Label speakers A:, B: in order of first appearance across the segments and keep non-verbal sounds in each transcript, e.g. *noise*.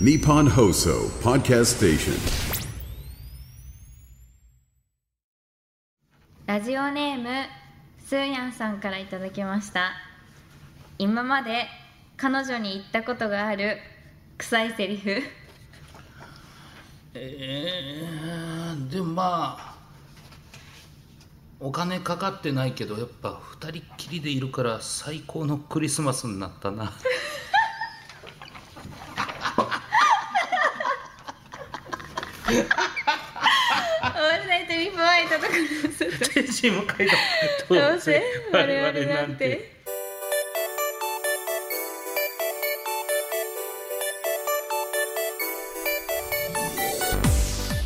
A: Nippon Hoso Podcast Station.
B: ラジオネームスーヤンさんからいただきました今まで彼女に言ったことがある臭いセリフ
C: えー、でもまあお金かかってないけどやっぱ二人っきりでいるから最高のクリスマスになっ
B: *laughs*
C: たな *laughs*
B: オールナイトビフォーワイトとか
C: 天使向 *laughs* かいだ
B: どうせ我々なんて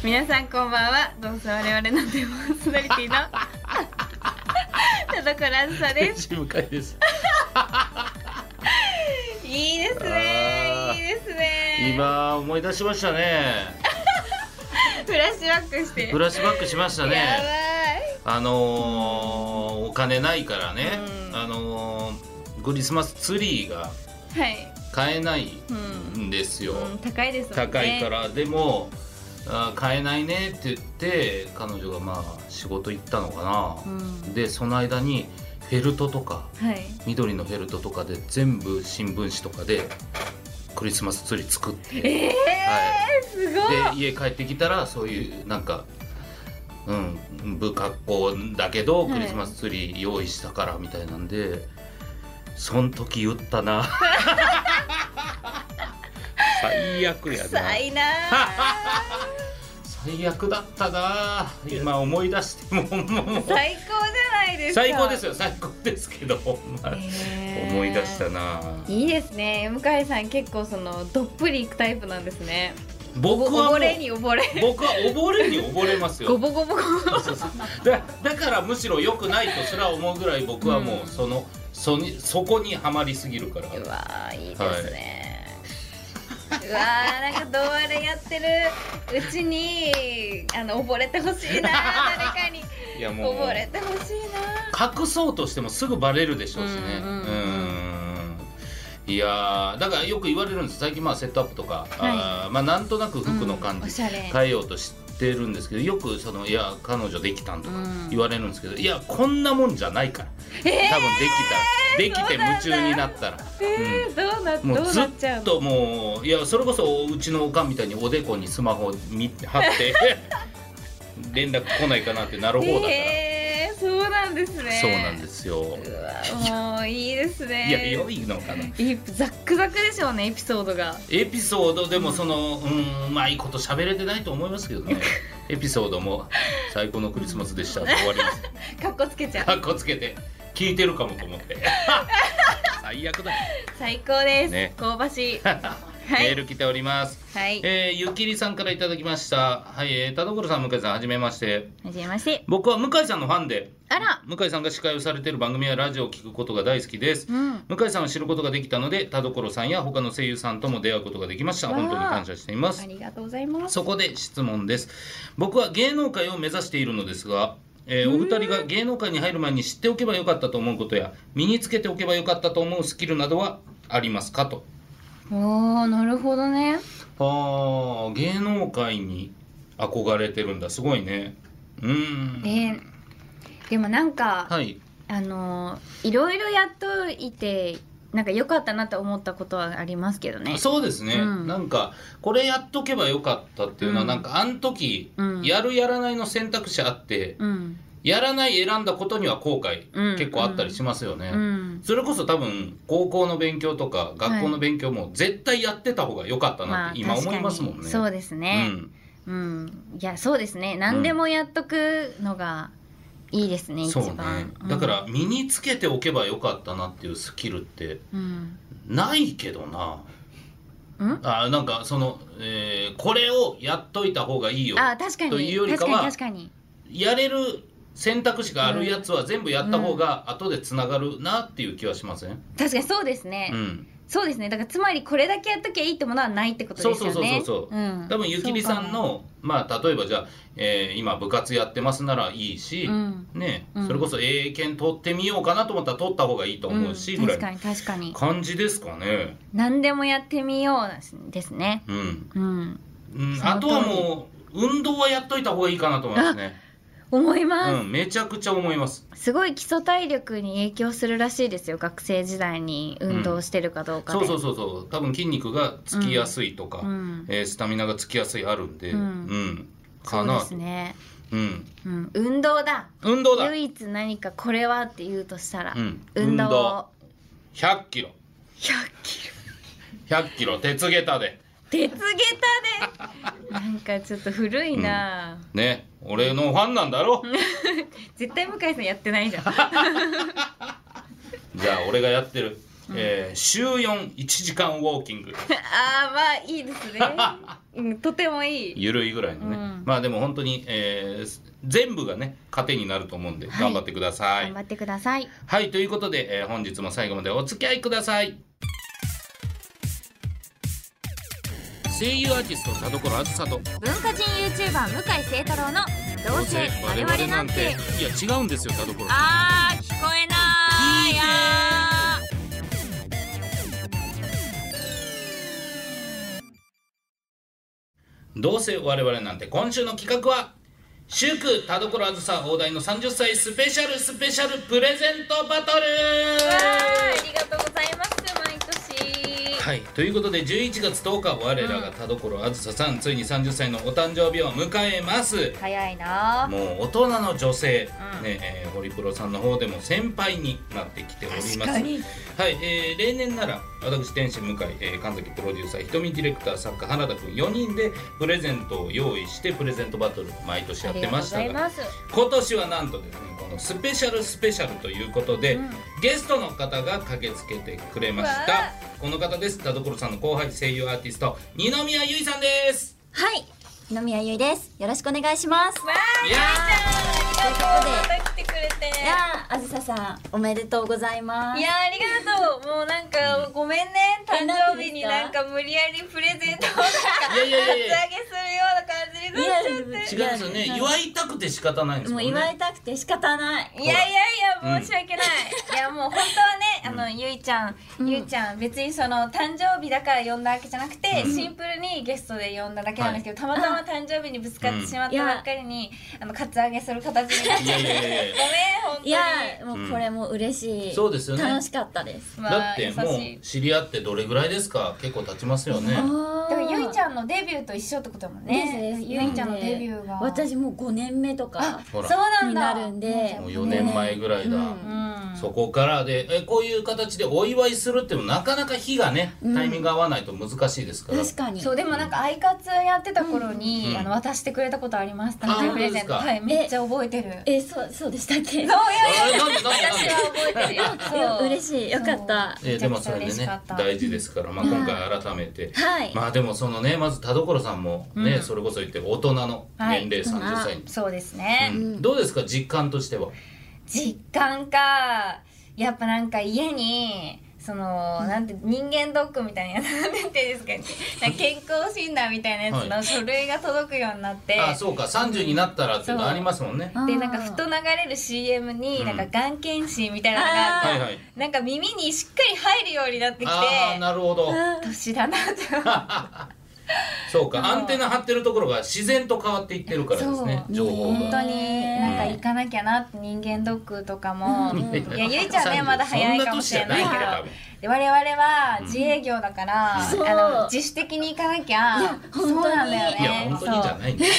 B: 皆さんこんばんはどうせ我々なんてパーソナリティの田所あずさで
C: 天
B: す
C: 使向かいです
B: いいです
C: あ
B: ね
C: ー
B: いいですね
C: 今思い出しましたね
B: フラッシュバックして
C: フラッシュバックしました
B: や
C: ね
B: ばい
C: あのー、お金ないからね、あのー、クリスマスツリーが
B: はい、
C: 買えない
B: うん
C: んですよ、
B: うん、高いですもんね
C: 高いから、でもあー買えないねって言って彼女がまあ仕事行ったのかな、
B: うん
C: でその間にフェルトとか
B: はい
C: 緑のフェルトとかで全部新聞紙とかでクリスマスツリー作って
B: ええーすごい
C: で家帰ってきたらそういうなんかうん不格好だけど
B: はい
C: クリスマスツリー用意したからみたいなんで、そん時言っ
B: *laughs*
C: たな最悪やな
B: 臭いなあ
C: 最悪だったな今思い出してももう
B: 最高じゃないですか
C: 最高ですよ最高ですけど、ほんま
B: へー
C: 思い出したない
B: いですね向井さん結構そのどっぷりいくタイプなんですね
C: 僕はもう
B: 溺れに溺れ
C: 僕は溺れに溺れます
B: ご
C: よ
B: ぼごぼごぼ
C: そうそうだだからむしろ良くないとすら思うぐらい僕はもうその、そにそこにはまりすぎるから
B: うわーいいですね、うわーなんかどうあれやってるうちにあの溺れてほしいな誰かに
C: いやもう
B: 溺れてほしいな
C: 隠そうとしてもすぐバレるでしょうしね
B: う
C: うん
B: うんうん
C: んいやーだからよく言われるんです最近まあセットアップとか、
B: はい
C: あーまあなんとなく服の感
B: うんお
C: じ
B: しゃれ
C: 変えようとしてるんですけどよくその「いや彼女できたん」とか
B: うん
C: 言われるんですけど、いやこんなもんじゃないから、多分できたらできて夢中になったら。うん
B: えー、どうな
C: も
B: ど
C: う
B: う
C: ず
B: な
C: っ
B: っちゃうの
C: ともういやそれこそうちのおかんみたいにおでこにスマホ見て貼って
B: *laughs*
C: 連絡来ないかなってなる方だから、
B: えー、そうなんですね
C: そうなんですよ
B: うわもういいですね
C: いや良いのかない
B: いザックザクでしょうねエピソードが
C: エピソードでもそのうんうまいこと喋れてないと思いますけ
B: *laughs*
C: どねエピソードも「最高のクリスマスでした」って終わります
B: かっこつけちゃ
C: か
B: う
C: っこつけて聞いてるかもと思って *laughs* 最悪だ、
B: 最高です、
C: ね
B: 香ばしいはい
C: メール来ております
B: はいは
C: えー、ゆきりさんからいただきましたはい、えー、田所さん向井さんはじめまして
B: じめまして
C: 僕は向井さんのファンで
B: あら
C: 向井さんが司会をされている番組やラジオを聞くことが大好きです、
B: うん
C: 向井さんを知ることができたので田所さんや他の声優さんとも出会うことができました
B: わあ
C: 本当に感謝していま
B: あ
C: す
B: りがとうございます
C: そこで質問です僕は芸能界を目指しているのですが、えーお二人が芸能界に入る前に知っておけばよかったと思うことや身につけておけばよかったと思うスキルなどはありますかと
B: おーなるほどね
C: あー芸能界に憧れてるんだすごいねうーん
B: ねでもなんか、
C: はい
B: あのーいろいろやっといてなんか良かったなと思ったことはありますけどね
C: そうですね、
B: うん
C: なんかこれやっとけばよかったっていうのは、
B: うん
C: なんかあの時、
B: うん
C: やるやらないの選択肢あって、
B: うん
C: やらない選んだことには後悔、
B: うん
C: 結構あったりしますよね、
B: うん
C: それこそ多分高校の勉強とか学校の勉強も絶対やってた方が良かったなって今思いますもん
B: 確か
C: ね、
B: にそうですね
C: うん
B: うん、いやそうですね何でもやっとくのがいいですね、一
C: そうね
B: 番、うん
C: だから身につけておけばよかったなっていうスキルって
B: うん、
C: ないけどな
B: うん、
C: あなんかその、えーこれをやっといた方がいいよ
B: あ確かに
C: というよりか
B: 確か
C: は
B: に確かに
C: やれる選択肢があるやつは全部やった方が後でつながるなっていう気はしません、
B: 確かにそうですね、
C: うん
B: そうですねだからつまりこれだけやっときゃいいってものはないってこと
C: そう
B: です
C: そう
B: よ
C: そ
B: ね
C: うそうそう、
B: うん
C: 多分ゆきりさんのまあ例えばじゃあ、えー今部活やってますならいいし、
B: うん
C: ね
B: うん
C: それこそ英検取ってみようかなと思ったら取った方がいいと思うし、
B: うん
C: ぐら
B: 確
C: い
B: か
C: の
B: に確かに
C: 感じですかね
B: 何でもやってみようですね
C: うん、
B: うん
C: うん、
B: その
C: あとはもう運動はやっといた方がいいかなと思いますね
B: 思います、
C: うんめちゃくちゃ思います
B: すごい基礎体力に影響するらしいですよ学生時代に運動してるかどうかで、
C: そうそうそうそう多分筋肉がつきやすいとか、
B: うん
C: えースタミナがつきやすいあるんで、う
B: うんん
C: か
B: そう
C: な
B: ですね、
C: うん、
B: うん、運動だ
C: 運動だ、
B: 唯一何かこれはって言うとしたら、
C: うん
B: 運動
C: 運動100キロ
B: 100キロ
C: 100キロ鉄下駄で
B: 鉄下
C: *laughs*
B: 駄でなんかちょっと古いな、あ
C: ね俺のファンなんだ
B: *laughs*
C: ろ
B: 絶対向井さんやってないじ
C: *laughs*
B: ゃん
C: じゃあ俺がやってる、えー週41時間ウォーキング
B: ああまあいいですね、うん、とてもいい
C: ゆるいぐらいのね、
B: うん
C: まあでも本当に、えー全部がね糧になると思うんで
B: はい
C: 頑張ってください
B: 頑張ってください
C: はい、ということで、えー本日も最後までお付き合いください。声優アーティスト田所あずさと
B: 文化人 YouTuber 向井聖太郎の「どうせ我々なんて
C: いや違うんですよ田所」
B: あー聞こえない
C: いいね
B: あー
C: どうせ我々なんて今週の企画は祝田所あずさ大台の30歳スペシャルスペシャルプレゼントバトル
B: わーありがとうございます毎年
C: はい、ということで11月10日我らが田所あずささん、ついに30歳のお誕生日を迎えます
B: 早いなー
C: もう大人の女性、
B: うん
C: ねえーホリプロさんの方でも先輩になってきております
B: 確かに
C: はいえー例年なら私天使向井、えー神崎プロデューサー瞳ディレクター作家花田君4人でプレゼントを用意してプレゼントバトル毎年や
B: あ
C: っ
B: り
C: て
B: がとう
C: ま
B: ご
C: し
B: ざ
C: た
B: い
C: が
B: ます
C: 今年はなんとですねこのスペシャルスペシャルということで、
B: うん
C: ゲストの方が駆けつけてくれまし
B: うわ
C: たこの方です田所さんの後輩声優アーティスト二宮ゆいさんです
D: はい、二宮ゆいです。よろしくお願いします。
B: わー
C: いや
D: という
B: ま
D: こ
B: た来てくれて
D: とで、いやー、あずささん、おめでとうございます。
B: いやありがとうもうなんかごめんね誕生日になんか無理やりプレゼントをなんか
C: いやいやいやいや
B: 厚上げするような感じになっちゃって
D: い
C: 違い
D: や
C: ますよね祝いたくて仕方ないんです
D: も
C: もん
D: う
C: ね
D: 祝いたくて仕方ない。
B: いやいやい
C: うん
B: や申し訳ない、いやもう本当はねあの、ゆいちゃん、ゆいちゃん別にその誕生日だから呼んだわけじゃなくて、シンプルにゲストで呼んだだけなんですけど、たまたま誕生日にぶつかってしまったばっかりに、あのカツアゲする形になっちゃって
C: いやいやいやいや
B: ごめん本当に
D: いやー、もうこれも嬉しい。
C: そうですよね
D: 楽しかったです。
B: まあ
C: だっても
B: 優
C: う
B: しい
C: 知り合ってどれぐらいですか結構経ちますよね
D: あ
B: だからゆいち
D: ゃん。
B: ゃんのデビューと一緒ってことだもん
D: です
B: ね
D: です。
B: ゆいちゃんのデビューが
D: 私もう五年目とか。
C: ほら
B: そうなん
D: に
B: だ
D: なるんで。
C: もう4年前ぐらいだ、
B: うん
C: そこからでえこういう形でお祝いするってもなかなか日がねタイミング合わないと難しいですから、
D: 確かに。
B: そうでもなんかアイカツやってた頃に、
C: うん
B: あの渡してくれたことありましたね、
C: あ本
B: プ
C: 当です
B: レゼン
C: か
B: トはいめっちゃ覚えてる
D: え、そう、そうでしたっけ。
B: そういやいや
C: あれなんでなんでなん
B: 私
C: で
B: は覚え
C: *laughs*
B: てるよ
D: いや嬉しいよかった
C: えーでもそれでね大事ですから、まあ、今回改めて、
D: はい
C: まあでもそのねまず田所さんもね、それこそ言って大人の年齢
D: はい
C: 30歳に、
B: そうですね、
C: うんどうですか実感としては、
B: 実感かやっぱなんか家にそのなんて人間ドックみたいなやつなんて言うんですかねなんか健康診断みたいなやつ
C: は
B: の書類が届くようになって、
C: あそうか30になったらっていうのありますもんね
D: あー
B: でなんかふと流れる CM に
C: ん
B: なんかがん検診みたいなの
D: あ
B: が、
C: はいはい
B: なんか耳にしっかり入るようになってきて
C: ああなるほど
B: 年だなって思う
C: そうかアンテナ張ってるところが自然と変わっていってるからですね
D: そう
C: 情報
B: 本
C: が。
B: 当になんか行かなきゃなって人間ドックとかも、
D: うん
B: いやゆいちゃんね
C: 30
B: まだ早いかもしれないけ
C: そん
B: ど
C: な年じゃないけど多分
B: で我々は自営業だから、あ
D: うん
B: の
D: そう
B: 自主的に行かなきゃ
D: いや本当
B: そう
D: に
B: なんだよね
C: いや本当にじゃないんだよ。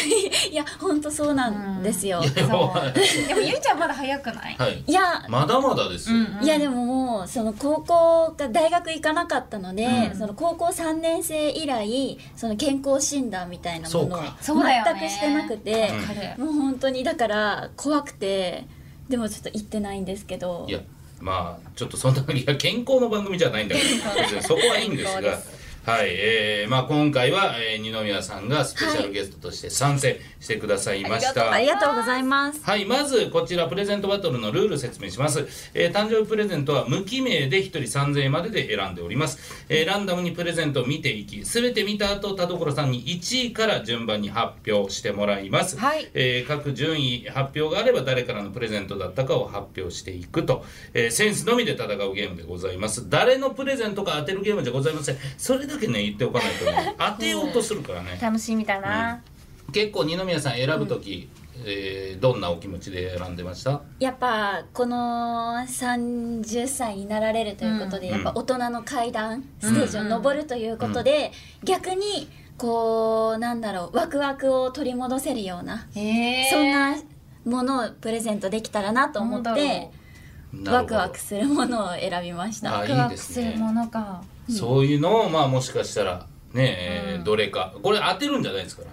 D: いや、本当そうなんですよ。
C: いや
B: そう
C: おい
B: そうでもゆいちゃんまだ早くない、
C: はい。
D: いや、
C: まだまだですよ。
B: うん
D: いやでももうその高校が大学行かなかったので、
C: うん
D: その高校3年生以来その健康診断みたいなものを
C: そうか
B: そうだよね
D: 全くしてなくて、
B: わかる
D: もう本当にだから怖くてでもちょっと行ってないんですけど
C: いやまあちょっとそんなにいや健康の番組じゃないんだから別にそこはいいんで
B: そ
C: すが
B: うで
C: はい、えーまあ、今回は、えー二宮さんがスペシャルゲストとして参戦してくださいました、
D: ありがとうございます。
C: はい、まずこちらプレゼントバトルのルール説明します、えー誕生日プレゼントは無記名で1人3000円までで選んでおります、えーランダムにプレゼントを見ていき全て見た後田所さんに1位から順番に発表してもらいます、
E: はい
C: えー各順位発表があれば誰からのプレゼントだったかを発表していくと、えーセンスのみで戦うゲームでございます誰のプレゼントか当てるゲームじゃございませんそれだけね言っておかないとね当てようとするからね
B: 楽しみだな、
C: 結構二宮さん選ぶ時、えーどんなお気持ちで選んでました
D: やっぱこの30歳になられるということで、
C: うん
D: やっぱ大人の階段ステージを登るということで、逆にこうなんだろうワクワクを取り戻せるような、
B: え
D: そんなものをプレゼントできたらなと思
B: なんだ
D: っ
B: ろ
D: てワクワクするものを選びまし
C: あ
D: た。
B: ワ
C: い
B: ク
C: い
B: ワ
C: で
B: ク
C: す
B: す
C: ね
B: るものか
C: そういうのをまあもしかしたらねえ、どれかこれ当てるんじゃないですか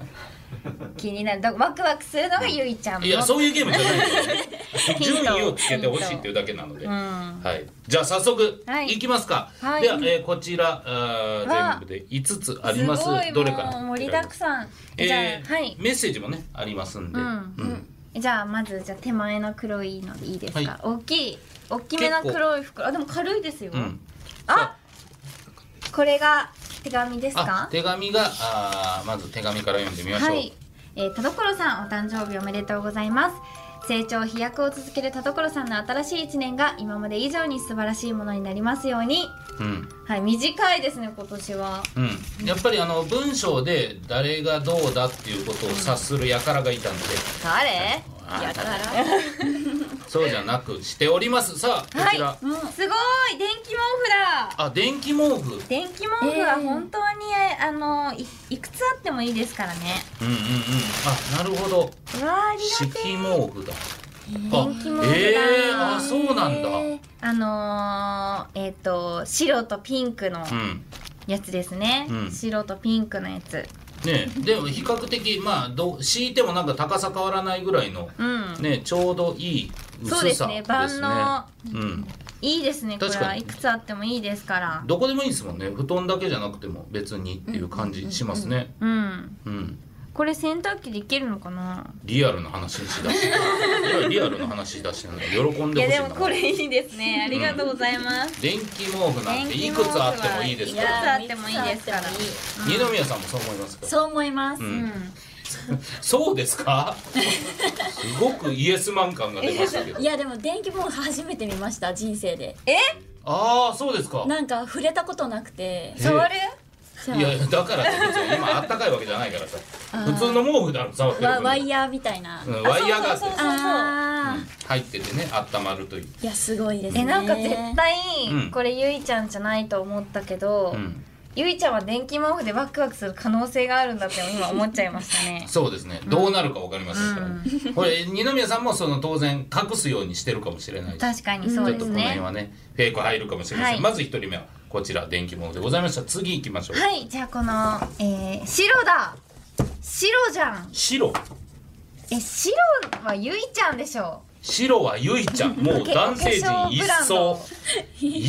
C: らね
B: 気になるだワクワクするのがゆいちゃんの
C: いやそういうゲームじゃないですよね
B: *laughs* ヒント
C: 順位をつけてほしいっていうだけなので、
B: うんは
C: はい、じゃあ早速
B: はい
C: いきますか、
B: はい
C: では、えーこちらあー
B: わあ
C: 全部で5つあります
B: ごい
C: どれかな
B: もう盛りだくさんじゃあ、
C: えー
B: はい
C: メッセージもねありますんで、
B: うん
C: うん
B: じゃあまずじゃあ手前の黒いのでいいですか、
C: はい
B: 大きい大きめの黒い袋あでも軽いですよ、
C: うん
B: あこれが手紙です
C: あ
B: か
C: 手紙があーまず手紙から読んでみましょう、
B: はい、えー、田所さんお誕生日おめでとうございます成長飛躍を続ける田所さんの新しい一年が今まで以上に素晴らしいものになりますように
C: うん
B: はい短いですね今年は
C: うん、やっぱりあの文章で誰がどうだっていうことを察する輩がいたので、
B: 誰
D: やったら
C: そうじゃなくしておりますさあこ
B: はい
C: ちら、
B: すごい電気毛布だ
C: あ電気毛布
B: 電気毛布は本当に、えあのいいくつあってもいいですからね
C: うんうんうんあなるほど
B: うわーあり
C: 色
B: がてえ
C: 毛布だ
B: 電気毛布だ
C: ええー、あそうなんだうん
B: あのー、えっ、と白とピンクのやつですね、
C: うん
B: 白とピンクのやつ
C: ねでも比較的まあどう敷いてもなんか高さ変わらないぐらいの
B: うん
C: ねちょうどいい薄
B: そ
C: さ
B: う
C: で
B: ですす
C: ね
B: ね万能
C: うん
B: いいですねこれ
C: 確か
B: は
C: に
B: いくつあってもいいですから
C: どこでもいいですもんね布団だけじゃなくても別にっていう感じしますね
B: うん
C: うん
B: これ洗濯機でいけるのかな
C: リアルな話しだしてリアルな話しだしてね喜ん
B: いや
C: でほしい
B: で
C: な
B: もこれいいですねありがとうございます、
C: 電気毛布なんていくつあってもいいですか
B: い
C: ら
B: やーいくつあってもいいですから
D: いくつあってもいい
C: 二宮さんもそう思いますか
D: そう思いま
C: う
D: す。
C: ん
B: うん
C: そうですかすごくイエスマン感が出ましたけど
D: いやでも電気毛布初めて見ました人生で
B: え
C: ああそうですか
D: なんか触れたことなくて
B: 触る
D: じゃ
C: いやいやだからって別に今あったかいわけじゃないからさ普通の毛布だろ触って
D: あ
C: る
D: わ
C: 分
D: ワイヤーみたいな、
C: うんワイヤーがあって
B: そうそうそう
D: ああ
C: 入っててね温まるという、
D: いやすごいですね
B: えなんか絶対
C: うん
B: これゆいちゃんじゃないと思ったけど、
C: うん、
B: ゆいちゃんは電気毛布でワクワクする可能性があるんだって
C: *laughs*
B: 今思っちゃいましたね
C: そうですねどうなるかわかりませんから、ねこれ二宮さんもその当然隠すようにしてるかもしれないし
B: 確かにそうで
C: ちょっと
B: す
C: この
B: ね
C: 辺はねフェイク入るかもしれません、
B: はい
C: まず一人目はこちら電気毛布でございました次行きましょう、
B: はいじゃあこの、えー、白だ白じゃん
C: 白
B: え白はゆいちゃんでしょ
C: 白はゆい
B: *laughs*
C: ちゃんもう男性陣一
B: お
C: 層
B: 化
C: 一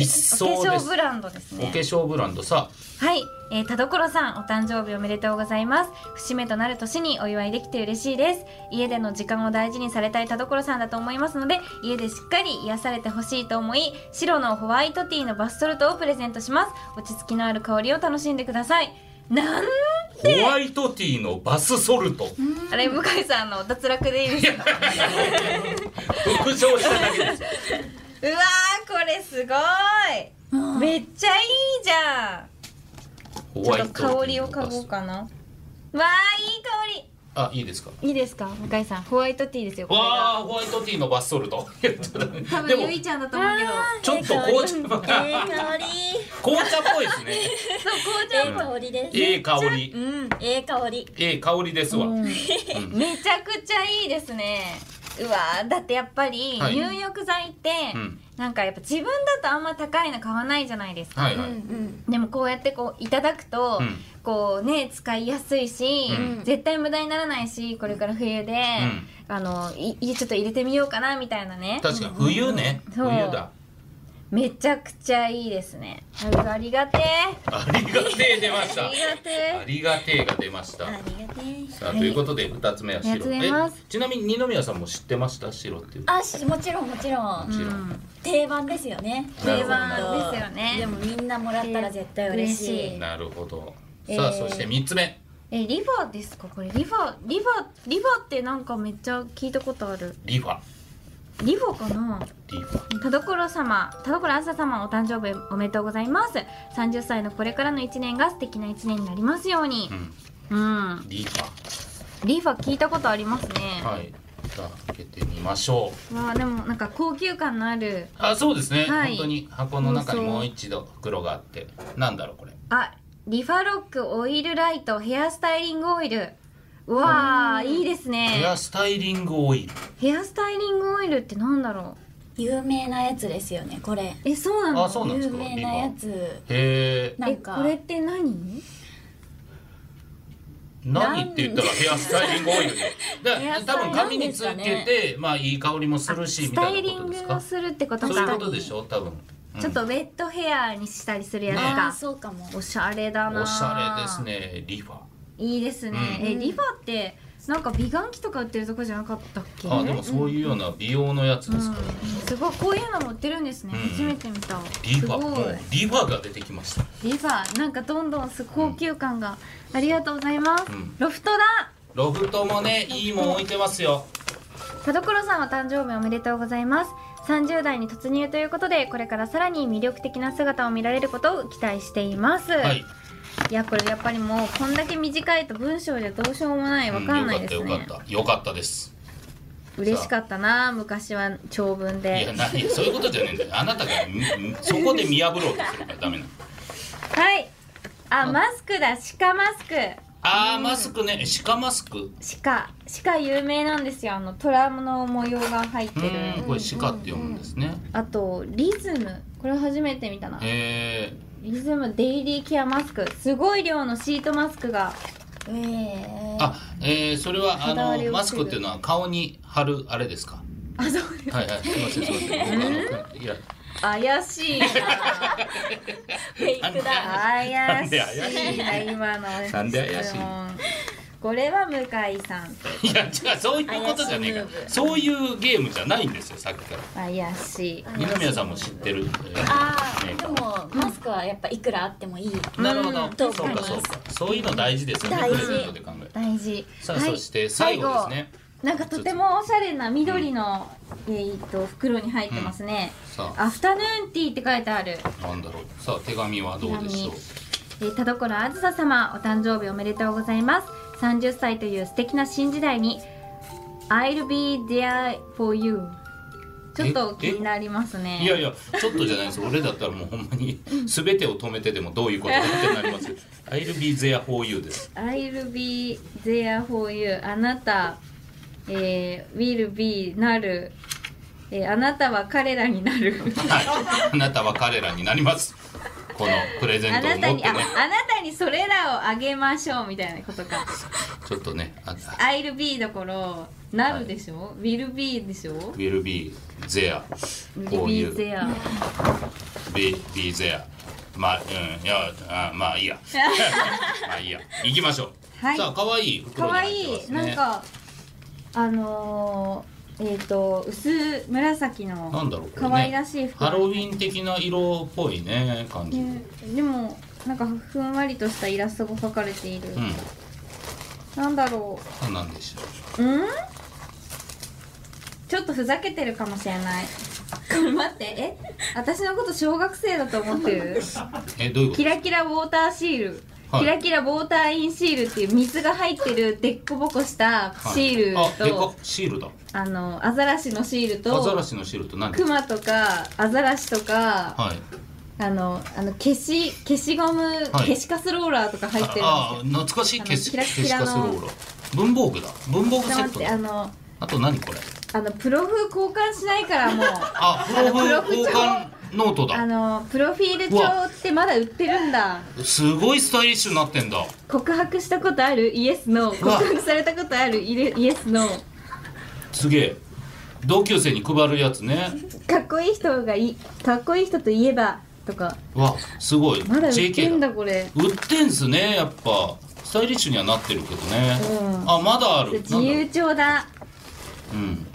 B: お化
C: 層で
B: 粧
C: す
B: ブランドです
C: お化
B: ね
C: 粧ブランドさ
B: はい、えー、田所さんお誕生日おめでとうございます節目となる年にお祝いできて嬉しいです家での時間を大事にされたい田所さんだと思いますので家でしっかり癒されてほしいと思い白のホワイトティーのバスソルトをプレゼントします落ち着きのある香りを楽しんでくださいなん
C: ホワイトティーのバスソルト
B: あれ向井さんの脱落でいいですか
C: 復唱しただけです
B: *laughs* うわーこれすごいめっちゃいいじゃん
C: ホ
B: ちょ
C: ワイ
B: っ
C: ト
B: と香
C: ティーの
B: りを嗅
C: バ
B: ごう
C: ス
B: かな。わあいい香
C: あいいですか
B: り。いいですか向井さんホワイトティーですよこれ
C: わ
B: が。
C: あホワイトティーのバスソルト
B: 多
C: で
B: 分
C: も
B: ゆいちゃんだと思うけど。
C: ちょっと紅茶
D: ええ香り
C: 紅茶っぽいで
B: *laughs*
C: すね
D: ええ香りです
C: ええ香り
D: うんええ香り
C: ええ香りですわ、
B: めちゃくちゃいいですね。うわーだってやっぱり
C: はい
B: 入浴剤って、
C: うん
B: なんかやっぱ自分だとあんま高いの買わないじゃないですか。
C: はいはい、
B: でもこうやってこういただくと、
C: うん
B: こうね使いやすいし、
C: う
B: 絶対無駄にならないしこれから冬で、あのいいちょっと入れてみようかなみたいなね
C: 確かに冬ね、
B: そう
C: 冬だ
B: めちゃくちゃいいですねなんかありがてえ
C: ありがてえ出ました
B: ありがて
C: あ
B: え
C: りがてえが出ました
D: ありがてえ
C: さあということで2つ目は
B: ありが
C: 白
B: とうございます
C: ちなみに二宮さんも知ってました白っていう
D: あしもちろんもちろ
C: も
D: ん
C: ちろん、
D: 定番ですよね
C: なるほど
D: 定番
B: ですよね
D: でもみんなもらったら絶対嬉しい
B: 嬉し
C: なるほどさあ
D: えー
C: そして3つ目
B: えリファーですかこれリファーリファーリファーってなんかめっちゃ聞いたことある
C: リファ
B: リファーかな
C: リファ
B: 田所様田所あさ様お誕生日おめでとうございます30歳のこれからの1年が素敵な1年になりますように
C: うん
B: うん
C: リファ
B: リファ聞いたことありますね、
C: はいじゃあ開けてみましょう
B: わあでもなんか高級感のある
C: あそうですね、
B: はい
C: 本当に箱の中にもう一度袋があってなんだろうこれ
B: あリファロックオイルライトヘアスタイリングオイルうわあいいです
C: ヘ
B: ね
C: アスタイリングオイル
B: ヘアスタイリングオイルってなんだろ
D: 有名なやつですよねこれ
B: うえそうなの
C: あそうなんで
D: 有
C: すか
D: 名なやつ
C: へえ
D: なんか
B: えこれって何
C: 何って言ったらヘアスタイリングオ
B: *laughs*
C: イルで
D: ヘ
C: だ
D: アス
C: 多
D: タ
C: 分
D: イリング
C: 髪につけて、まあいい香りもするし
B: ス
C: み
B: タ
C: た
B: イ
C: いな
B: リ
C: こ
B: ン
C: とです
B: グを
C: か
B: するってこと
C: そういう
B: か
C: ことでしょ多分、うん
B: ちょっとウェットヘアにしたりするやつ
D: あー
B: か、
D: そうかも
B: おしゃれだな
C: おしゃれですねリファ
B: いいですね、
C: うん
B: えリファってなんか美顔器とか売ってるとこじゃなかったっけ
C: あでもそういうような美容のやつ
B: う
C: で
B: ん
C: すか、
B: すごいこういうのも売ってるんですね、
C: うん
B: 初めて見た
C: リ
B: す
C: ファ
B: ご
C: も
B: いう
C: リファが出てきました
B: リファなんかどんどんす高級感が、ありがとうございます、
C: ん
B: ロフトだ
C: ロフトも
B: *laughs*
C: ねいいもん置いてますよ
B: 田所さんお誕生日おめでとうございます30代に突入ということでこれからさらに魅力的な姿を見られることを期待しています、
C: はい、
B: いやこれやっぱりもうこんだけ短いと文章じゃどうしようもないわかんないです
C: うんよか
B: ね
C: っ、たよかったよかったです
B: 嬉しかったな昔は長文
C: いや
B: で
C: ないそういうことじゃないんだよあなたがみみそこで見破ろうとするからダメなの
B: はいあマスクだ鹿マスク
C: あーマスクね鹿マスク
B: 鹿鹿有名なんですよあの虎の模様が入って
C: う
B: る
C: ーんこれ鹿って読むんですね
B: あとリズムこれ初めて見たな
C: え
B: リズムデイリーケアマスクすごい量のシートマスクが
D: ええ
C: ー、あえー、それはあ
B: 肌荒れを防ぐ
C: のマスクっていうのは顔に貼るあれですか
B: あそうです
C: はいはいすいませんすいませ
B: *laughs*
C: ん僕あのいや
B: 怪しいな
D: フェイクだ
B: 怪しい
C: なんで怪しい
B: な今の質問
C: なんで怪しい
B: これは向井さん
C: いや違うそういうことじゃねえからそういうゲームじゃないんですよさっきから
B: 怪しい
C: 二宮さんも知ってる、えー
D: あ
C: ね
D: ーでもマスクはやっぱいくらあってもいい
C: なるほど、
D: うん
C: そうかそうかそういうの大事ですよね
D: 大事
C: プレゼントで考える
B: 大事
C: さあ、
B: はい
C: そして最後ですね
B: 最後なんかとてもおしゃれな緑の、えーっと袋に入ってますね、
C: さあ
B: アフタヌーンティーって書いてある
C: なんだろうさあ手紙はどうでしょう
B: えー田所あずさ様お誕生日おめでとうございます30歳という素敵な新時代に I'll be there for you ちょっと気になりますね
C: いやいやちょっとじゃないです俺だったらもうほんまに全てを止めてでもどういうことだってなります I'll be there for you です
B: I'll be there for you あなた、えー、will be なる、えーあなたは彼らになる
C: はいあなたは彼らになりますこのプレゼ
B: あ
C: ントを
B: な
C: 持ったて
B: にあ
C: ね
B: あなたにそれらをあげましょうみたいなことか
C: ちょっとねあ
B: I'll be どころなるでしょ、will be でしょ
C: Will be there
B: will
C: for
B: be
C: you
B: there
C: be, be there まあうんいやあま
B: *laughs*
C: あいいやまあいいや行きましょう、
B: はい
C: さあ可愛い袋に
B: 可愛
C: 入
B: い
C: ってますね
B: なんかあのー、えっ、と薄紫の
C: なんだろうこれね
B: 可愛らしい服、
C: ハロウィン的な色っぽいね感じ、うん
B: うんでもなんかふんわりとしたイラストが描かれている、なんだろ
C: さあなんでしょう
B: ううんちょっとふざけてるかもしれない *laughs* これ待ってえ私のこと小学生だと思って
C: *laughs*
B: る
C: えどういうこ
B: キ
C: と
B: ラキラウォーターシール、
C: はい
B: キラキラウォーターインシールっていう水が入ってるでっこぼこしたシール
C: はいあで
B: と、
C: かシールだ
B: あのアザラシのシール
C: アザラ
B: と
C: シのシールと何
B: クマとかアザラシとか、
C: はい
B: あのあの消し消しゴム、消しカスローラーとか入ってるんですよ
C: ああ懐かしい
B: あの
C: 消し
B: キラ
C: 消
B: キ
C: し
B: ラ
C: カ
B: の
C: スローラ文房具だ文房具
B: ちょっ
C: セ
B: と待っ
C: ット
B: て
C: だ
B: あの
C: あと何これ
B: あのプロフ交換しないからもう
C: あプ
B: あのプ
C: ロフ
B: ロフ
C: 交換ノート
B: あ
C: だ
B: のプロフィール帳ってまだ売ってるんだ
C: すごいスタイリッシュになってんだ
B: 告白したことあるイエスノー
C: うわ
B: 告白されたことあるイレイエスノー
C: すげえ同級生に配るや
E: *laughs*
C: つね
E: かっこいい人がいかっこいい人といえばとか
C: わすごい
E: まだ売ってん
C: JK だ
E: だこれ
C: 売ってんすねやっぱスタイリッシュにはなってるけどね、
E: うん
C: あまだある
E: 自由帳だ
C: うん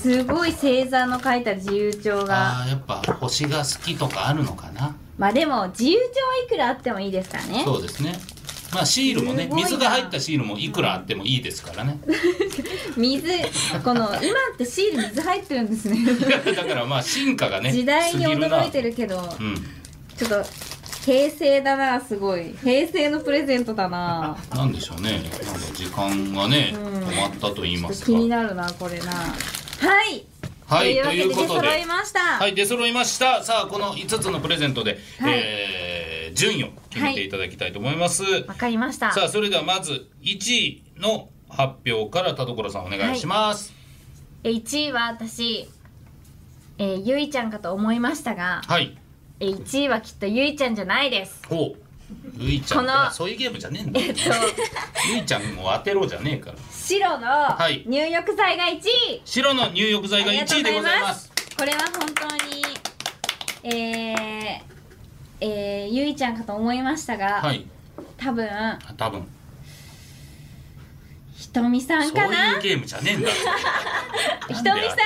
E: すごい星座の書いた自由帳が
C: あーやっぱ星が好きとかあるのかな
E: まあでも自由帳はいくらあってもいいですからね
C: そうですねまあシールもね
E: すごいな
C: 水が入ったシールもいくらあってもいいですか
E: *laughs*
C: らね
E: 水この今ってシール水入ってるんですね
C: だからまあ進化がね
E: 時代に
C: 過ぎるな
E: 驚いてるけど
C: うん
E: ちょっと平成だなすごい平成のプレゼントだな
C: なんでしょうねなんか時間がね、
E: うん
C: 止まったと言いますか
E: 気になるなこれなはい
C: はい
E: と
C: と
E: い
C: いうう
E: わけ
C: こ
E: で
C: と
E: 揃い
C: で
E: ました、
C: はい出揃いましたさあこの5つのプレゼントで、
E: はい
C: えー順位を決めていただきたいと思います、
E: わかりました
C: さあそれではまず1位の発表から田所さんお願いします
B: え1位は私、えーゆいちゃんかと思いましたが、
C: はい、
B: え1位はきっとゆいちゃんじゃないです
C: ほうゆいちゃ
B: こ
C: んい
B: の
C: やそういうゲームじゃねえ
B: *laughs*
C: んだ *laughs* よ、ゆいちゃんを当てろじゃねえから
B: 白の
C: い
B: 入浴剤が1位、
C: 白の入浴剤が1位でございます
B: これは本当にえー、えーゆいちゃんかと思いましたが、
C: はい
B: 多分
C: 多分
B: ひとみさん
C: そう
B: かな
C: いうゲームじゃねえんだって
B: ひとみさんか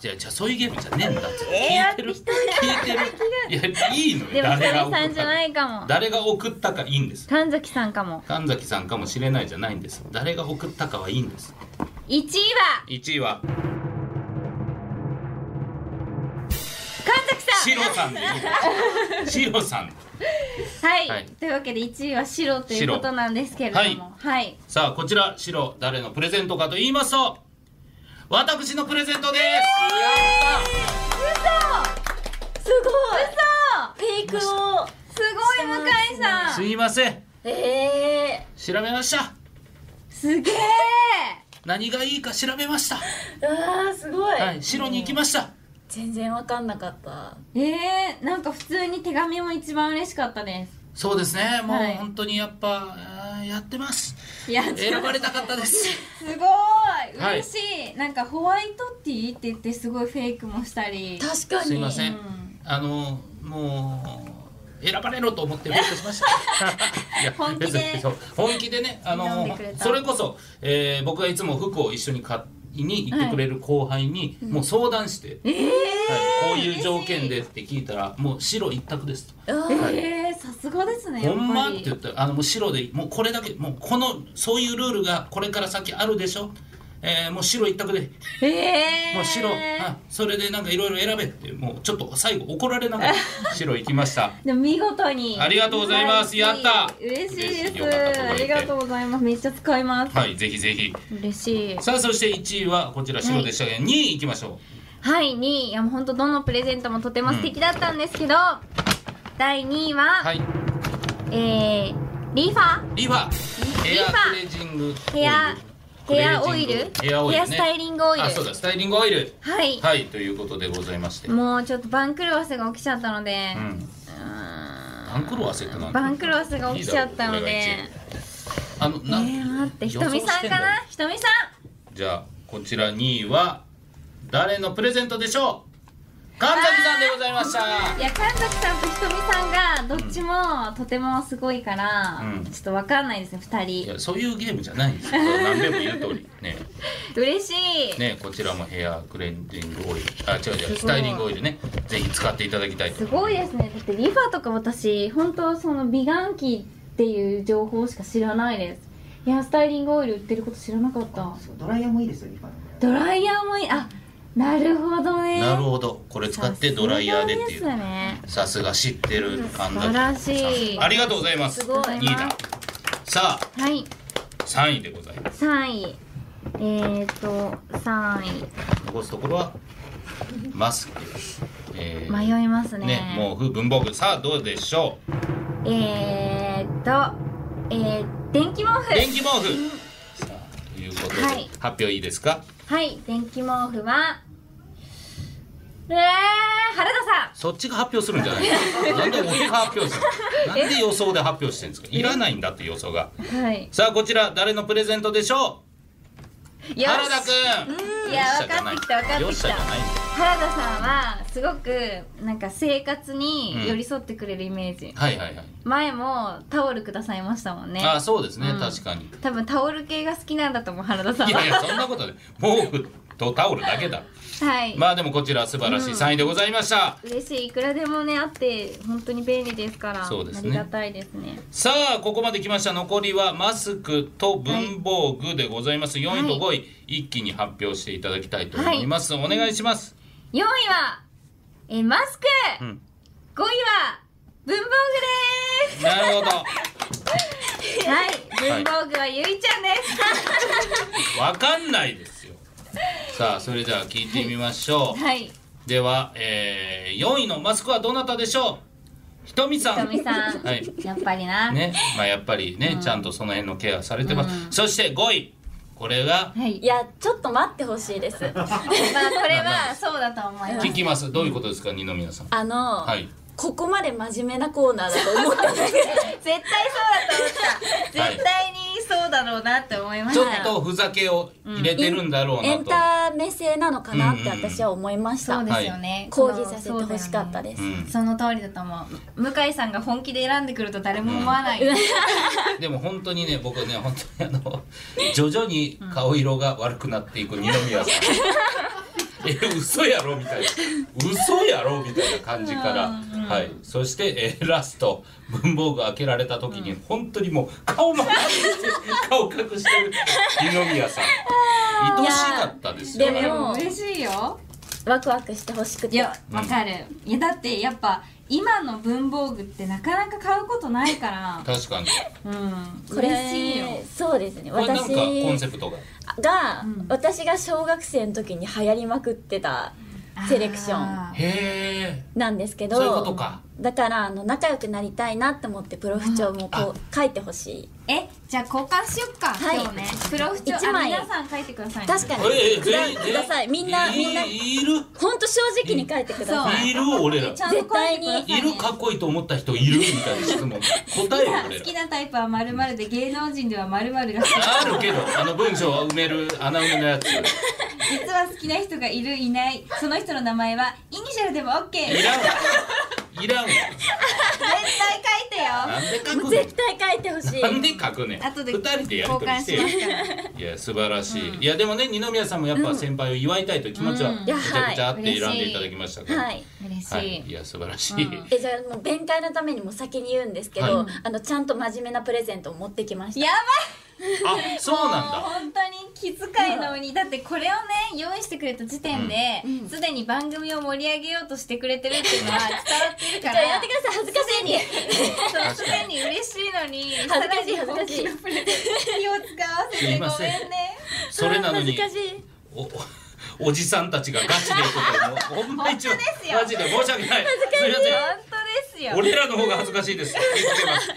C: じゃあじゃあそういうゲームじゃねえんだって
B: えー
C: 聞いてる、聞いてるいやいいの
B: で
C: よ
B: もひ
C: 誰が
B: とみ
C: 送
B: さん
C: っ
B: じゃ
C: た
B: な
C: か
B: いかも
C: 誰が送ったかいいんです
B: 神崎さんかも
C: 神崎さんかもしれないじゃないんです誰が送ったかはいいんです
B: 1位は
C: 1位は
B: 神崎さん
C: 白さんでいいです白さん
B: はい、
C: はい
B: というわけで1位は白ということなんですけれども
C: 白
B: はい
C: さあこちら白誰のプレゼントかと言いますと私のプレゼントです、
D: すごいフェイクを
B: すごい向井さん
C: すいません
D: え
C: 調べました
B: すげえ
C: 何がいいか調べました、
D: ー、うわーすごい、
C: はい、白に行きました
D: 全然わかんなかった
B: えー、なんか普通に手紙も一番嬉しかったで
C: そうですねもう
B: はい
C: 本当にやっぱ、あーやってます
B: すいや
C: 選ばれたかったです
B: すごい
C: はい
B: 嬉しい、なんかホワイトティーって言ってすごいフェイクもしたり
D: 確かに
C: すいません、
B: うん
C: あのもう選ばれろと思って勉強しました *laughs* いや
B: 本気で
C: 別にそう本気でねあ
B: 選んで
C: の
B: くれた
C: それこそ、えー僕がいつも服を一緒に買いに行ってくれる後輩に、もう相談して、はい、こういう条件でって聞いたらもう白一択ですと
D: あ
C: はい
B: えー、さすがですねや
C: ほ
B: っぱり
C: んまって言ったらあのもう白でいいもうこれだけもうこのそういうルールがこれから先あるでしょ、えーもう白一択で
B: えー、
C: もう白、あそれでなんかいろいろ選べってもうちょっと最後怒られな
B: *laughs*
C: がら白行きました
B: でも見事に
C: ありがとうございますやった
B: 嬉しい
C: 嬉し
B: で
C: い
B: す
C: よかったことが
B: あ
C: でき
B: り
C: て
B: がとうございますめっちゃ使います、
C: はいぜひぜひ
B: 嬉しい
C: さあそして1位はこちら白でしたが、2位行きましょ
B: はい2位いやもう本当どのプレゼントもとても素敵だったんですけど、第2位は、
C: うはい
B: えー、リーファ
C: リファ
B: リ
C: エ
B: フ
C: ア
B: ァ
C: クレンジング
B: ヘア
C: オイル
B: ヘアオイルヘア
C: クレンジングヘアオイル、ね、
B: スタイリングオイル
C: あそうだスタイリングオイル
B: はい、
C: はいということでございまして、うん、
B: もうちょっと番狂わせが起きちゃったので、
C: バンクロワセってなんだ
B: 番狂わせが起きちゃったので
C: いいだろうあの
B: え
C: な
B: ー、待ってひ
C: 予
B: と
C: 想
B: み
C: して
B: さんか
C: だよ
B: なひとみさ
C: じゃあこちら2位は誰のプレゼントでしょう神崎さんでございました
B: んいや神崎さんとひとみさんがどっちもとてもすごいから、
C: うん
B: ちょっとわかんないですね2
C: い
B: 人
C: やそういうゲームじゃないんですよ何でも言う通りね
B: 嬉しい、
C: ねこちらもヘアクレンジングオイルあ違う違うスタイリングオイルねぜひ使っていただきたいと
B: すごいですねだってリファとか私本当その美顔器っていう情報しか知らないですヘアスタイリングオイル売ってること知らなかった
F: そうドライヤーもいいですよ、リファの。
B: ドライヤーもいいあなるほどね
C: なるほどこれ使ってドライヤーでってい
B: さすが
C: う
B: ですね
C: さすが知ってる神崎
B: 素晴らしい
C: ありがとうございます
D: すごい
C: 2位ださあ
B: はい
C: 3位でございます
B: 3位えっ、ー、と3
C: 残すところはマスク、え
B: 位迷いますね
C: ねもう風文房具さあどうでしょう
B: えー、っとえー、電気毛布
C: 電気毛布、さあということで、
B: はい
C: 発表いいですか
B: はい電気毛布はえー、原田さん
C: そっちが発表するんじゃない
B: *laughs*
C: のなんで俺が発表するなんで予想で発表してるんですかいらないんだって予想が
B: はい
C: さあこちら誰のプレゼントでしょう
E: よ
C: 原田
E: し
C: 君
B: いや分かってきた分かって
C: よっ
B: き
C: しゃじ
B: た
C: ゃない
B: 原田さんはすごくなんか生活に寄り添ってくれるイメージ、
C: はいはいはい
B: 前もタオルくださいましたもんね
C: あそうですね
B: うん
C: 確かに
B: 多分タオル系が好きなんだと思う原田さん
C: い
B: は
C: やいやそんなことで毛布とタオルだけだ
B: はい、
C: まあでもこちら素晴らしい3位でございました
B: 嬉しいいくらでもねあって本当に便利ですから
C: そうですね
B: ありがたいですね
C: さあここまで来ました残りはマスクと文房具でございます、4位と5位、一気に発表していただきたいと思います、お願いします、
B: 4位はえマスク、
C: うん
B: 5位は文房具で
C: なるほ
B: すはい文房具はゆいちゃんです、
C: ど *laughs* わかんないですよさあそれでは聞いてみましょう、
B: はい
C: では、えー、4位のマスクはどなたでしょうひとみさ
B: と
C: ん
B: みさん、
C: はい
B: やっぱりな、
C: ねまあやっぱりね、ちゃんとその辺のケアされてます、そして5位これが
B: はい
D: いやちょっと待ってほし
C: *laughs*
D: いです
B: まあこれはそうだと思います
C: 聞きますどういうことですか二宮さん
D: あの、
C: はい
D: ここまで真面目なコーナーだと
C: *laughs*
D: 思ってなくて
B: 絶対そうだと思った絶対にそうだろうなって思いまし
C: ちょ
B: た、
C: っとふざけを入れてるんだろうな
D: エン
C: と、
D: タメ性なのかなって私は思いました、
B: そうですよね、
D: 抗議させてほしかった
B: す
D: です、
C: うん
B: その通りだと思う向井さんが本気で選んでくると誰も思わない、
C: でも本当にね僕ね本当にあの徐々に顔色が悪くなっていく二宮さん、え嘘やろみたいな嘘やろみたいな感じから、はいそして、えーラスト文房具開けられた時に、本当にもう顔真っ赤にして顔隠してる二宮さん愛しかったですよ
D: いやでも
C: あれ
B: 嬉しいよ
D: ワクワクしてほしく
B: い
D: て
B: やわかる、いやだってやっぱ今の文房具ってなかなか買うことないから
C: 確かに
B: うん
D: これ
B: 嬉しいよ
D: そうですね
C: これなん
D: 私
C: かコンセプトが
D: が、
B: ん
D: 私が小学生の時に流行りまくってたセレクション
B: あー
C: へえ
D: なんですけど
C: そういうことか
D: だからあの仲良くなりたいなって思ってプロフ帳もこう書いてほしい
B: えじゃあ交換しよっか、
D: はい
B: 今日ねプロフチョ
D: 一枚
B: 皆さん書いてくださいね、
D: 確かに、
C: ええ
D: くだ
C: 全員
D: くださいみんなみんない
C: る
D: ほんと正直に書いてください
B: そう
C: いる俺ら
B: ちゃんと書いてくださいね
C: いるかっこいいと思った人いるみたいな質問答えよ
B: 好
C: 俺ら
B: きなタイプはまるまるで芸能人ではまるまる
D: *laughs*
B: が好き
C: あるけどあの文章を埋める穴埋めのやつい
B: 実は好きな人がいるいないその人の名前はイニシャルでも OK 絶対書い
C: らんわいらんわ
B: てよ
C: なんで書
D: もう
C: く
D: 絶対書いてほしい
C: ねんなんで書くねん
B: 後で
C: 二人でやり
B: 交
C: 取り
B: 換
C: し
B: してま
C: よ
B: すから
C: いや素晴らしい、いやでもね二宮さんもやっぱ先輩を祝いたいという気持ちは
B: うん
C: めちゃくちゃあって選んでいただきましたから、
D: はい *laughs*
B: 嬉しい、
C: はい、いや素晴らしい、
B: うん
D: えじゃあもう弁解のためにも先に言うんですけど、
C: はい
D: あのちゃんと真面目なプレゼントを持ってきました
B: や
C: あそう
B: ば
C: なん
B: いもう
C: だ
B: 本当に気遣いのにだってこれをね用意してくれた時点ですで、に番組を盛り上げようとしてくれてるっていうのは伝わってるか *laughs*
D: じゃあ
B: ら
D: やってください恥ずかしいに
B: そうすでに嬉しいのに
D: 恥ずかしい恥ずかし
B: さらに本
D: い
B: 気のプレゼントに気を使わせ
C: す
B: て
C: い
B: ご
C: ませ
B: め
C: ん
B: んね
C: それなのに
D: 恥ずかしい
C: おおおじさんたちがガチで言うこともうほんま一応
B: *laughs* 本当ですよ
C: マジで申し訳ないすいま
B: 本
C: せん
B: 当ですよ
C: 俺らの方が恥ずかしいです。気をつ
B: *laughs*
C: けます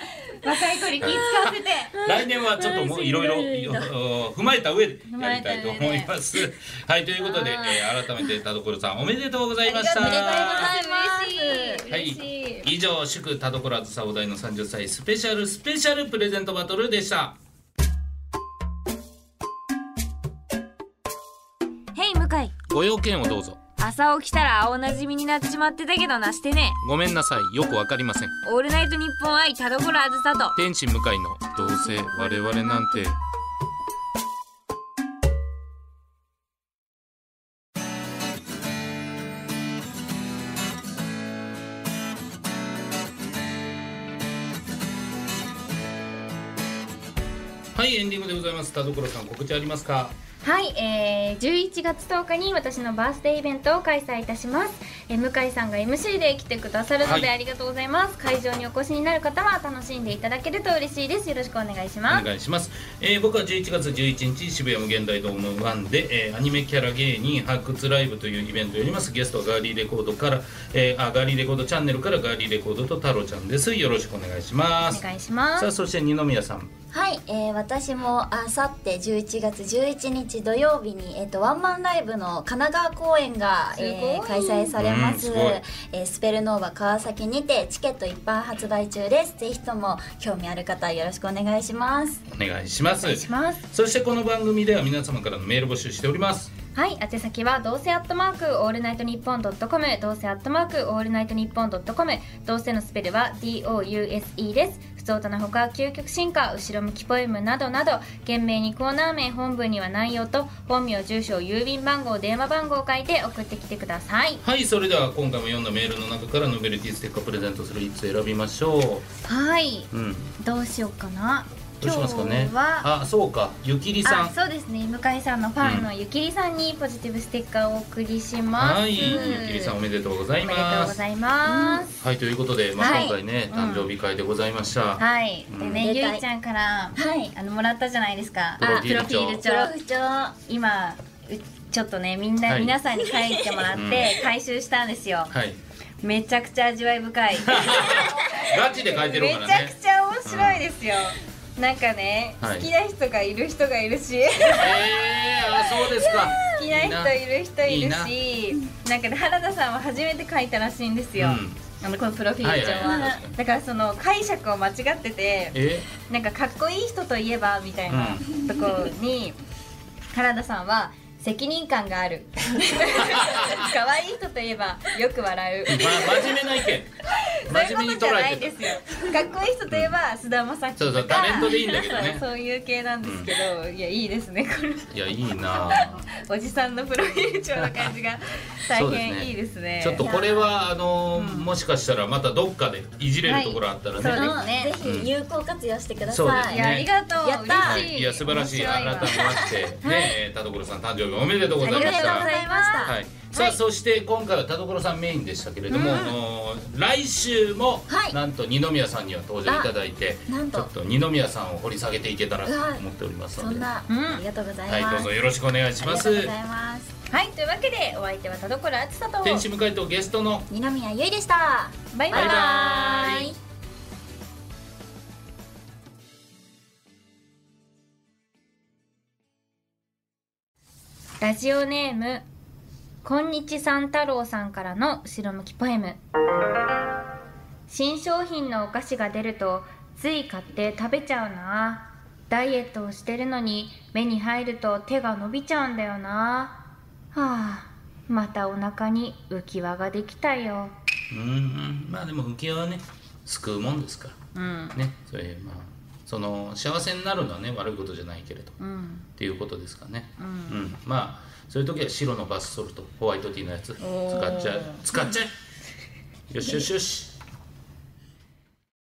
B: 若い子に気使わせて
C: 来年はちょっともういろいろ踏まえた上で
B: 踏ま
C: や
B: え
C: り
B: た
C: た
B: 上
C: い
B: で
C: と思います。はいということで、えー改めて田所さんおめでとうございまし
B: ありがとうござい
C: た。
B: ます
C: は
B: 嬉
C: い
B: しい、嬉しい、
C: 以上祝田所あずさお題の30歳スペシャルスペシャルプレゼントバトルでした。
B: ヘイ向井
C: ご用件をどうぞ。
B: 朝起きたら青なじみになっちまってたけどなしてね
C: ごめんなさいよくわかりません。
B: オールナイトニッポン愛田所あずさと
C: 天使向かいのどうせ我々なんて。はいエンディングでございます。田所さん告知ありますか。
F: はい、えー、11月10日に私のバースデーイベントを開催いたします、えー向井さんが MC で来てくださるので
C: はい
F: ありがとうございます、会場にお越しになる方は楽しんでいただけると嬉しいですよろしくお願いします
C: お願いします、えー僕は11月11日渋谷無限大ドーム1で、えーアニメキャラ芸人発掘ライブというイベントをやりますゲストはガーリーレコードから、えーあガーリーレコードチャンネルからガーリーレコードと太郎ちゃんですよろしくお願いします
F: お願いします
C: さあそして二宮さん
D: はい、えー私もあさって11月11日土曜日に、えー、とワンマンライブの神奈川公演が、えー開催されます,、
C: うんすごい
D: えースペルノーバ川崎にてチケット一般発売中ですぜひとも興味ある方よろしくお願いします
C: お願いします
F: します
C: そしてこの番組では皆様からのメール募集しております
F: はい、宛先はどうせアットマークオールナイトニッポンドットコムどうせアットマークオールナイトニッポンドットコムどうせのスペルは DOUSE です不相当なほか究極進化後ろ向きポエムなどなど懸命にコーナー名本文には内容と本名住所郵便番号電話番号を書いて送ってきてください
C: はいそれでは今回も読んだメールの中からノベルティステッカープレゼントする1つ選びましょ
F: はい、
C: ううん
F: どうしようかな
C: どうしますかね
F: 今日は
C: あそうかゆきりさん
F: あそうですね向井さんのファンのゆきりさんにポジティブステッカーをお送りします、
C: はいゆきりさんおめでとうござ
F: お
C: い
F: めでとう
C: ま
F: ご
C: す
F: ざいます、
C: はいということで、まあ、
D: はい
C: 今回ね、誕生日会でございました、
B: はいでね、
D: うん
B: ゆいちゃんから
D: はい
B: あのもらったじゃないですか
C: プロフィール帳
B: あプロフィール
D: プ
B: 帳
D: ロフ長
B: 今うちょっとねみんな、
C: はい
B: 皆さんに書いてもらって回収したんですよ、
C: はい
B: めちゃくちゃ味わい深い
C: ガチで書いてる
B: め
C: から
B: ちゃ
C: ね
B: くちゃ面白いですよ、なんかね、
C: はい
B: 好きな人がいる人がいる
C: *laughs*
B: し
C: えー、あそうですか
B: 好きな人いる人い
C: いい
B: る
C: な
B: しなんかね原田さんは初めて書いたらしいんですよ、あのこのプロフィール帳は、
C: はいはいはい
B: だからその解釈を間違ってて
C: え
B: なんかかっこいい人といえばみたいなところに、原田さんは責任感があ
C: *laughs*
B: る可愛い人といえばよく笑う
C: ま、真面目な意見
B: *laughs*
C: 真
B: そう
C: 面
B: い
C: 目
B: うこ
C: に
B: とじゃ
C: 捉
B: な
C: え
B: い
C: て
B: で
C: る
B: すよかっこいい人といえば須田まさき
C: そう
B: と
C: そ
B: か
C: うタレントでいいんだけどね
B: *laughs* そういう系なんですけど、いやいいですねこ
C: いやいいなあ
B: れおじさんのプロフィール帳の感じが
C: そ
B: 大
C: うですね
B: 変いいですね
C: ちょっとこれはあのーもしかしたらまたどっかでいじれるところあったらね、
B: はいそうです
D: の、
B: ね
D: ぜひ有効活用してください、
C: そうですね
B: いやありがとう
D: やった
B: 嬉しい
C: いや素晴らしい
B: 面
C: 改
B: 白
C: め
B: わ
C: まして、ねえー田所さん誕生日おめでとうございま
D: ありがと
C: し
D: うご
C: た
D: ざいました、
C: はい、さあ、そして今回は田所さんメインでしたけれども、あのー来週も、
D: はい
C: なんと二宮さんには登場いただいて
D: あなん
C: ち
D: と
C: ょっと二宮さんを掘り下げていけたらと
D: はい
C: 思っております
D: そ
C: ので
D: んな、ありがとうございます、
C: はいどうぞよろしくお願いし
D: あり
C: ま
D: が
C: す
D: とうございます
B: はいというわけでお相手は田所あつさと
C: 天使向かいとゲストの
D: 二宮ゆいでした
B: バイバイ
C: バイバイ
F: ラジオネームこんにちさん太郎さんからの後ろ向きポエム新商品のお菓子が出るとつい買って食べちゃうなダイエットをしてるのに目に入ると手が伸びちゃうんだよなはあまたお腹に浮き輪ができたよ
C: うーんまあでも浮世はね救うもんですから、ねそういうまあその幸せになるのはね悪いことじゃないけれど、っていうことですかね、うんまあそういう時は白のバスソルトホワイトティーのやつ使っちゃえ使っちゃえよしよしよし